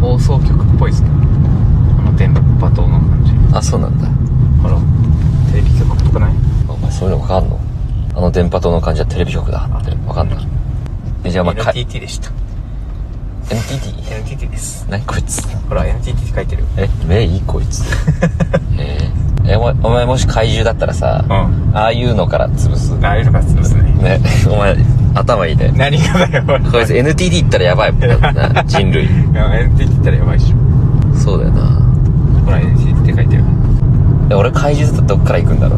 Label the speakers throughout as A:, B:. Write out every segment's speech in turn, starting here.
A: 放送局っぽいですねあの電波塔の感じ
B: あそうなんだ
A: ほらテレビ局っぽくない
B: お前そういうのわかんのあの電波塔の感じはテレビ局だってわかんないえじゃあまあか
A: NTT でした
B: NTT
A: NTT です
B: 何こいつ
A: ほら NTT って書いてる
B: え目いいこい つえーえお前お前もし怪獣だったらさ、
A: うん
B: ああいうのから潰す
A: ああいうのがですね
B: ねお前頭いいね
A: 何がだよほら
B: こいつ NTT 行ったらやば いもんな人類
A: いや NTT って言ったらやばいっしょ
B: そうだよな
A: ほら NTT って書いてる
B: で俺怪獣だったらどっから行くんだろ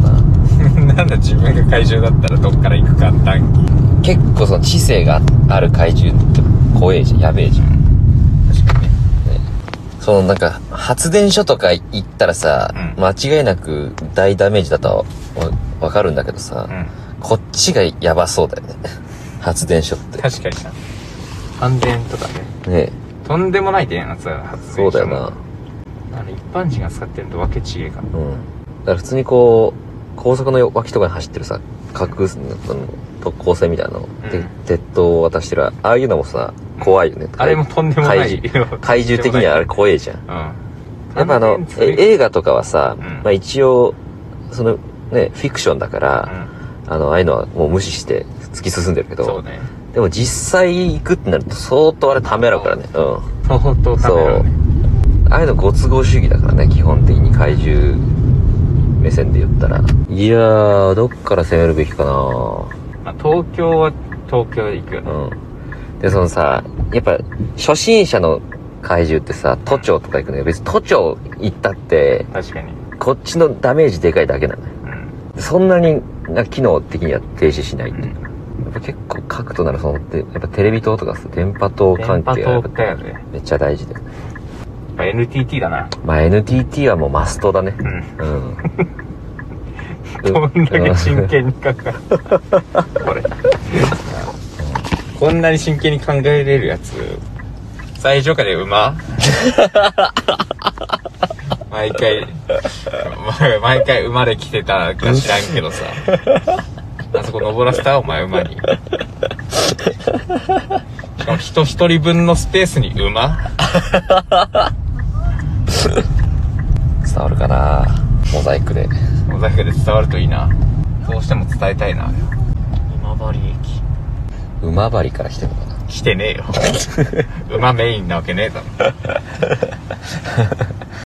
B: う な
A: なんだ自分が怪獣だったらどっから行くか短期
B: 結構その知性がある怪獣って怖えじゃんやべえじゃん
A: 確かにね
B: そのなんか発電所とか行ったらさ、
A: うん
B: 間違いなく大ダメージだとはわわかるんだけどさ、
A: う
B: こっちがやばそうだよね 発電 所って
A: ん確かにな安全とかね
B: ね
A: とんでもない電圧が
B: え
A: 発
B: そ
A: 生
B: うだよな
A: あの一般人が使ってるのとわけ違えから
B: うんだから普通にこう高速の脇とかに走ってるさ核の特攻船みたいなの、で
A: うん
B: 鉄塔を渡してるああいうのもさ怖いよね
A: あれもとんでもない
B: 怪獣怪獣的にはあれ怖えじゃん
A: うん
B: やっぱあの
A: 安、全
B: え
A: 性
B: 映画とかはさ、
A: うん
B: まあ一応、そのね、フィクションだから、あの、ああいうのはもう無視して突き進んでるけ
A: うんそう
B: ど、
A: ね
B: でも実際行くってなると相当あれためらうからね。うん。
A: 相当食べ
B: そう
A: るね。
B: ああいうのご都合主義だからね、基本的に怪獣目線で言ったら。いやー、どっから攻めるべきかな
A: まあ東京は東京で行くよね
B: うん。で、そのさ、やっぱ初心者の怪獣ってさ、都庁とか行くのよ。別に都庁行ったって、
A: 確かに
B: こっちのダメージでかいだけなのよ。
A: うん
B: そんなにな機能的には停止しないっていう
A: う
B: やっぱ結構核とならそのってやっぱテレビ塔とかさ電波塔関
A: 電波
B: 係がやっ
A: 塔
B: ぱ
A: だよねや
B: めっちゃ大事だよね
A: っぱ NTT だな
B: まあ NTT はもうマストだね
A: うん
B: うん
A: どんだけ真
B: うん
A: 剣に考えこれこんなに真剣に考えれるやつ最上階で馬毎回 ま毎回馬で来てたか知らんけどさあそこ登らせたお前馬にしかも人一人分のスペースに馬
B: 伝わるかなモザイクで
A: モザイクで伝わるといいなどうしても伝えたいな今治駅
B: 馬張りから来てるのかな
A: 来てねえよ馬メインなわけねえだろ